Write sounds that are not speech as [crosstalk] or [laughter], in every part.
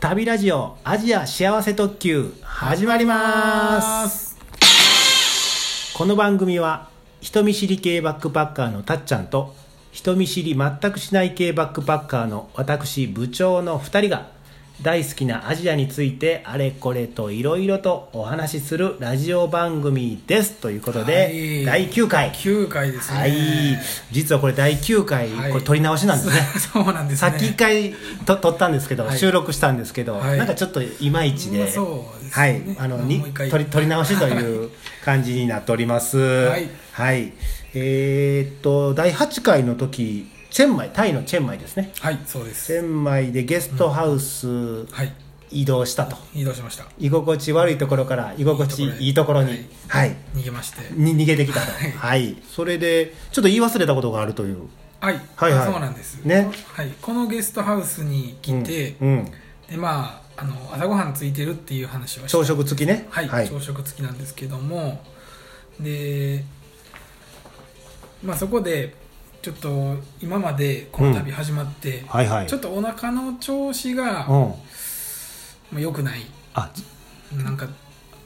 旅ラジオアジア幸せ特急始まりますこの番組は人見知り系バックパッカーのたっちゃんと人見知り全くしない系バックパッカーの私部長の2人が大好きなアジアについてあれこれといろいろとお話しするラジオ番組ですということで、はい第9回9回ですねはい実はこれ第9回、はいこれ撮り直しなんですね [laughs] そうなんですね先回と撮ったんですけど、はい収録したんですけど、はいなんかちょっといまいちで,、まあそうですねはいあのもうにもう一回撮り撮り直しという感じになっておりますはい、はいえーっと第8回の時チェンマイタイのチェンマイですねはいそうですチェンマイでゲストハウスはい移動したと、移動しました居心地悪いところから居心地いいいいとこところろににはい、逃げましてに逃げてきたとは、はいいそれでちょっと言い忘れたことがあるというはいはいはいあそうなんですねはいこのゲストハウスに来て、うんうんでまああの朝ごはんついてるっていう話はした朝食付きねはい、はい朝食付きなんですけどもでまあそこでちょっと今までこの旅始まって、はいはいちょっとお腹の調子がうんまあ良くないあじなんか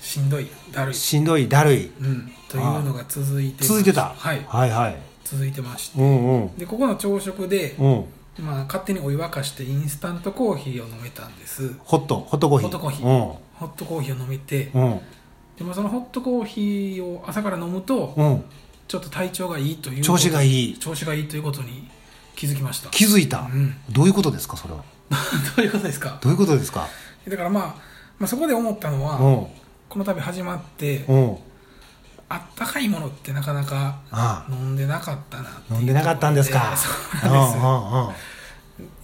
しんどいだるい、しんどいだるいうん、というのが続いてまし続いてたはいはいはい続いてましてうんうんでここの朝食で、うんまあ、勝手にお湯沸かしてインスタントコーヒーを飲めたんですホットホットコーヒーホットコーヒーホットコーヒーを飲めてうんうんでもそのホットコーヒーを朝から飲むとうんちょっと体調がいいということ調子がいいい調子がいいということに気づきました気づいた、うん [laughs] どういうことですかそれはどういうことですかどういうことですかだから、まあ、まあそこで思ったのは、うんこの旅始まってうんあったかいものってなかなかあ飲んでなかったなっていうところ飲んでなかったんですか [laughs] そうなんで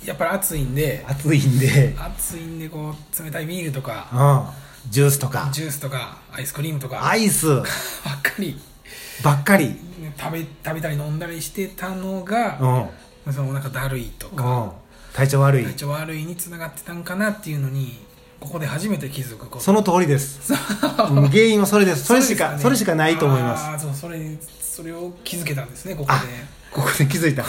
すやっぱり暑いんでうんうんうん暑いんで暑いんでこう冷たいビールとかうんジュースとかジュースとかアイスクリームとかばアっイスかりばっかりね食べ食べたり飲んだりしてたのがう、んうんそのなんかだるいとか、体調悪い体調悪いにつながってたんかなっていうのにここで初めて気づくことその通りですうん原因はそれですそれしかうですねそれしかないと思いますあーそうそれそれを気づけたんですねここあここで気づいた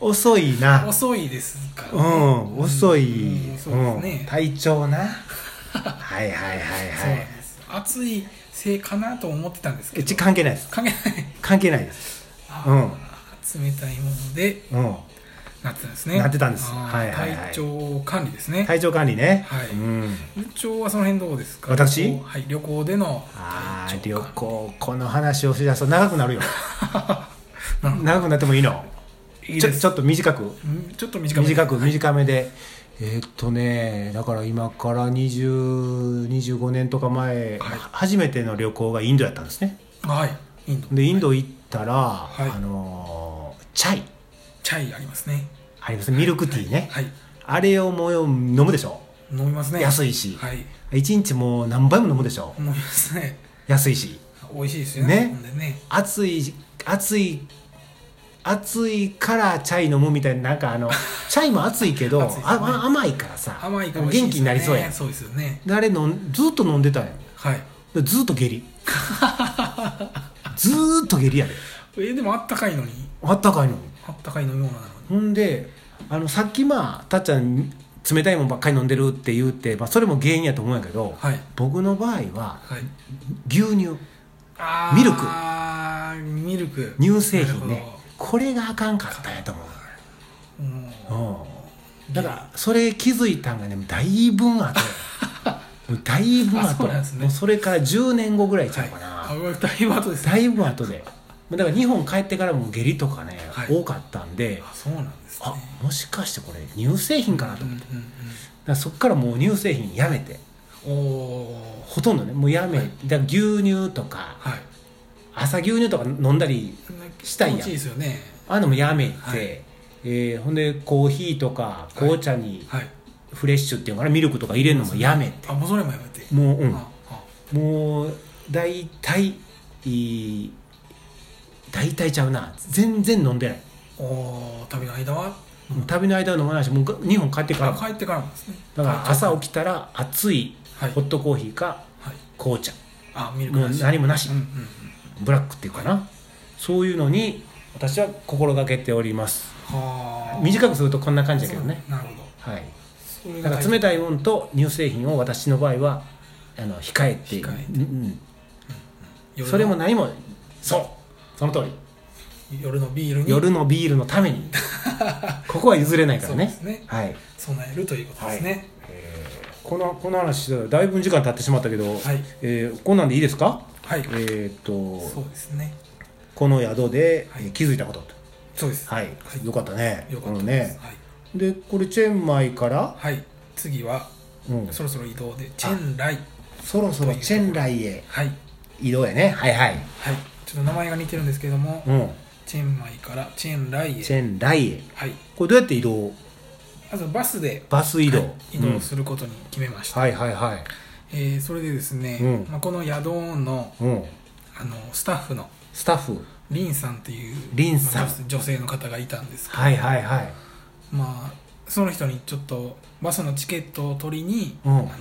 遅いでな [laughs] 遅いですかうらね、ん遅い、うんそうですねうん体調なはいはいはいそうはないんです暑いせいかなと思ってたんですけうどち関係ないです関係ない関係ないですあー冷たいものでうんなってたんですねなってたんですあーはいはいはい体調管理ですね体調管理ね、はいうん部長はその辺どうですか私旅行はい旅行でのあー体調旅管理行この話をしだすと長くな [laughs] るよなるほど長くなってもいいのいいちょですちょっと短くうんちょっと短め短く短めで、えーっとねだから今から2025年とか前、はい初めての旅行がインドやったんですねはいインドでインド行ったら、いあのーチャイチャイありますねありますミルクティーね、はいあれをもう飲むでしょ飲みますね安いいし、はい一日もう何杯も飲むでしょ飲みますね安いし美味しいですよねね飲んでね暑い暑い暑いからチャイ飲むみたいななんかあ [laughs] のチャイも暑いけど暑いですねああ甘いからさ甘いから美味しい元で気にすよねなりそうやんそうですよねであれのんずっと飲んでたんやはいでずっと下痢 [laughs] ずーっと下痢やでえーでもあったかいのにあったかいのにあったかい飲み物なのにほんであのさっきまあたっちゃん冷たいもんばっかり飲んでるって言うて、まあ、それも原因やと思うんやけど、はい僕の場合ははい牛乳あミルクあミルク乳製品なるねほこれがあかんかったんやと思どうんう、うん、だからそれ気づいたんがねだいぶん [laughs] 後もうだいぶんあ後そうなんですねもうそれから10年後ぐらいちゃうかな、はい、あだいぶ後ですねだいぶ後でだから日本帰ってからも下痢とかね、はい多かったんであそうなんですねあもしかしてこれ乳製品かなとうん思って、うんだからそっからもう乳製品やめてうんおーほとんどねもうやめ、だから牛乳とかはい朝牛乳とか飲んだりしたいやん気持ちいいですよねああいうのもやめて、はいえーほんでコーヒーとか紅茶にはいフレッシュっていうのかなミルクとか入れるのもやめて、あもうそれもやめてもううんああもう大体いい大体ちゃうな全然飲んでないおー旅の間は旅の間は飲まないしもうが日本帰ってからも帰ってからもですねだから朝起きたら熱いはいホットコーヒーかはい紅茶あミルクもうなし何もなしうんうんブラックっていうかなそういうのに私は心がけておりますうんはあ短くするとこんな感じだけどねなるほどはいそだれがか大ら事冷たいものと乳製品を私の場合はあの控えて控えうんうん夜のそれも何もそうその通り夜のビールに夜のビールのため [laughs] にここは譲れないからそうねですねはい備えるということですね、このこの話してたらだいぶ時間経ってしまったけど、はいえーこんなんでいいですかはいえーっそとうですねこの宿で、はいえー気づいたこととそうですはい、よかったねよこかっのたです、ねでこれチェンマイから、はい、はい、次はうん、そろそろ移動でチェンライそろそろチェンライへはい移動やねはいはい、はいちょっと名前が似てるんですけども、うん、チェンマイからチェンライへチェンライへはいこれどうやって移動まずバスでバス移動、はい移動することに決めました、はいはいはいえーそれでですね、うんまあ、この宿のうんあのスタッフのスタッフリンさんっていうリンさんまあ女性の方がいたんですけど、はいはいはいまあ、その人にちょっとバスのチケットを取りに、うんあの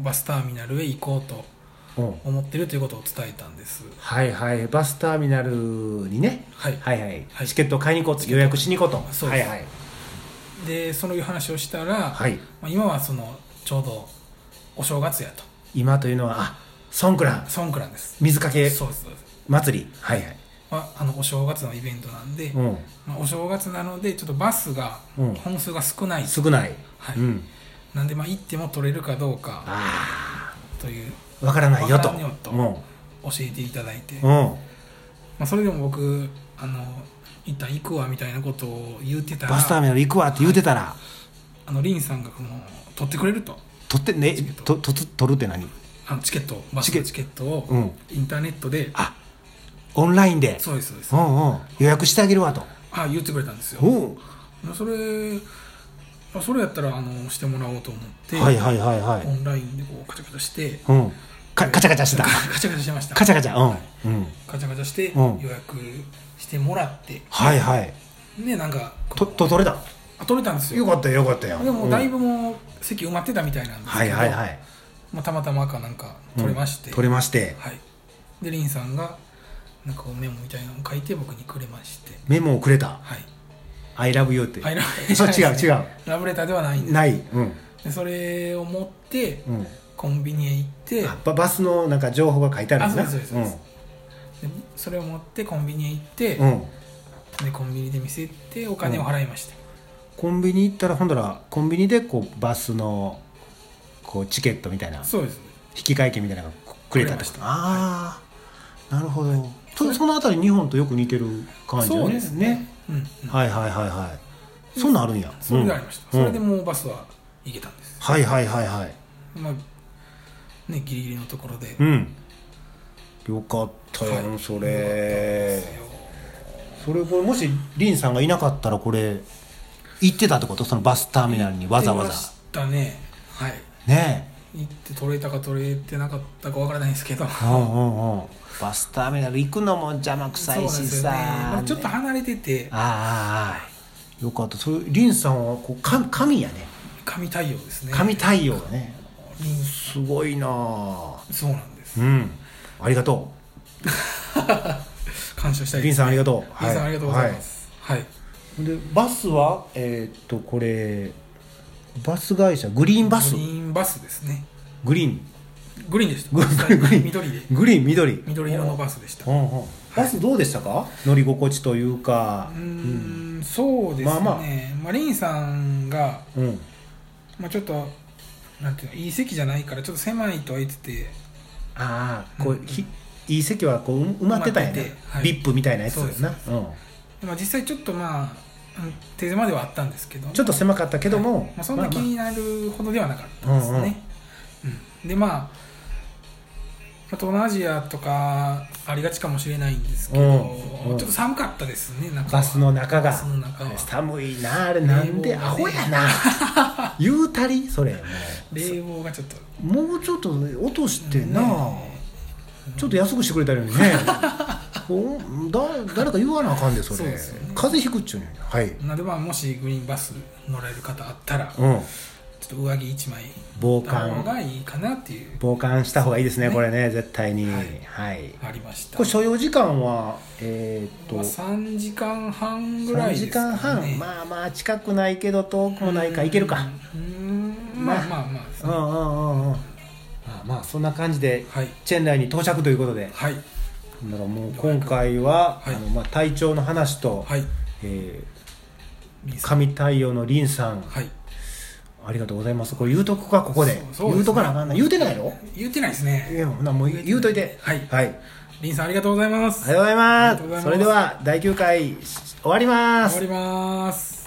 バスターミナルへ行こうとうん思ってるということを伝えたんですはいはいバスターミナルにねはい、はいはい、はいチケットを買いに行こうと予約しに行こうとそうはでいすはいでそのいう話をしたら、はいまあ、今はそのちょうどお正月やと今というのはあソンクランソンクランです水かけそうですそうです、祭りはいはいまあ、あのお正月のイベントなんで、うんまあ、お正月なのでちょっとバスがうん本数が少ない、少ない、はいうんなんでまあ行っても取れるかどうかあというあわからないよとわからんよと教えていただいて、うんまうんあ、それでも僕あの一旦行くわみたいなことを言ってたらバスターミナル行くわって言うてたら、あのリンさんがこの取ってくれると取ってねチケッとと取るって何あのチケットをバスのチケットを、うんインターネットであオンラインでそうですそうです、うんうん予約してあげるわとあ言ってくれたんですよおうそれあそれやったらあのしてもらおうと思って、はいはいはいはオいンラインでこうカチャカチャしてうんかカチャカチャしてたカチャカチャしてましたカチャカチャうんうんカチャカチャしてうん予約してもらって、はいはいでなんかことと取れたあ取れたんですよよかったよよかったよでもだいぶぶもう席埋まってたみたいなんですはけど、いはいはいまあ、たまたまかなんかうん取れまして、取れましてはいでリンさんがなんかこうメモみたいなのを書いて僕にくれましてメモをくれたはい「I love you」ってはいラそう違う違うラブレターではないんですないうんでそれを持ってうんコンビニへ行ってあババスのなんか情報が書いてあるんだあそうですそうですそうでそれを持ってコンビニへ行って、うんうんでコンビニで見せてお金を払いました、コンビニ行ったらほんだらコンビニでこうバスのこうチケットみたいなそうです引き換え券みたいなのがくれたってことくれましたああ、なるほどそそれそのあたり日本とよく似てる感じよそうねですねうん、うんはいはいはいはいそんなんあるんやそれがありました、うんそれでうんもうバスは行けたんです、はいはいはいはいまあねギリギリのところで、うんよかったよ、はいそれそれこれもしリンさんがいなかったらこれ行ってたってことそのバスターミナルにわざわ行ってまざしたねはいねえ行って取れたか取れてなかったかわからないんですけどうんうんうんバスターミナル行くのも邪魔くさいしそさ、うなんですよねまあちょっと離れててああああよかったそれリンさんはこうか神やね神対応ですね神対応がねリンすごいなあそうなんですうんありがと感謝したういリでンすさんありがとうリンさんありがとうございますはい、はいでバスはえーっとこれバス会社グリーンバスグリーンバスですねグリーングリーンでしたグリーングリーン緑でグリーン緑緑色のバスでしうたうんうんバスどうでしたか、乗り心地というかーんそうですね、ままああまあリンさんが、うんまあ、ちょっとなんていうのいい席じゃないからちょっと狭いとは言っててああこう、ひいい席はこう埋まってたんや埋まっねててはいビップみたいなやつだよそうなですうんまあ、実際ちょっとまあうん手狭ではあったんですけどちょっと狭かったけども、まあ、そんな気まあまあになるほどではなかったですね、うんうんうんでまあまあ東南アジアとかありがちかもしれないんですけど、うんうんちょっと寒かったですね中バはスの中がバスの中は寒いなあれなんで冷房がねアホやな [laughs] 言うたりそれも冷房がちょっとうもうちょっと落としてな、ねちょっと安くしてくれたらいいのに [laughs] ねおだ誰か言わなあかんでそれそうですよね風邪ひくっちゅうねんはい、なのでまあもしグリーンバス乗られる方あったら、ちょうん、っと上着1枚防た方寒がいいかなっていう防寒した方がいいですねねこれね絶対にははいい、ありましたこれ所要時間はえーっと、まあ3時間半ぐら3いです時か、ね間、半まあまあ近くないけど遠くもないから行けるかうーんまあまあまあうそんううんうんうんまあまあそんな感じではいチェンライに到着ということではいだからもう今回は、はいあのまあ、体調の話と、はいえミーリさん神対応のリンさんはいありがとうございますこれ言うとこかここでそうそうですね言うとかなあかんな言うてないやろ言ってないですいねやほなもう言う言うといてはいはい、ありリンさんありがとうございますがとうございあまりがすとうございますそれでは第9回し終わります終わります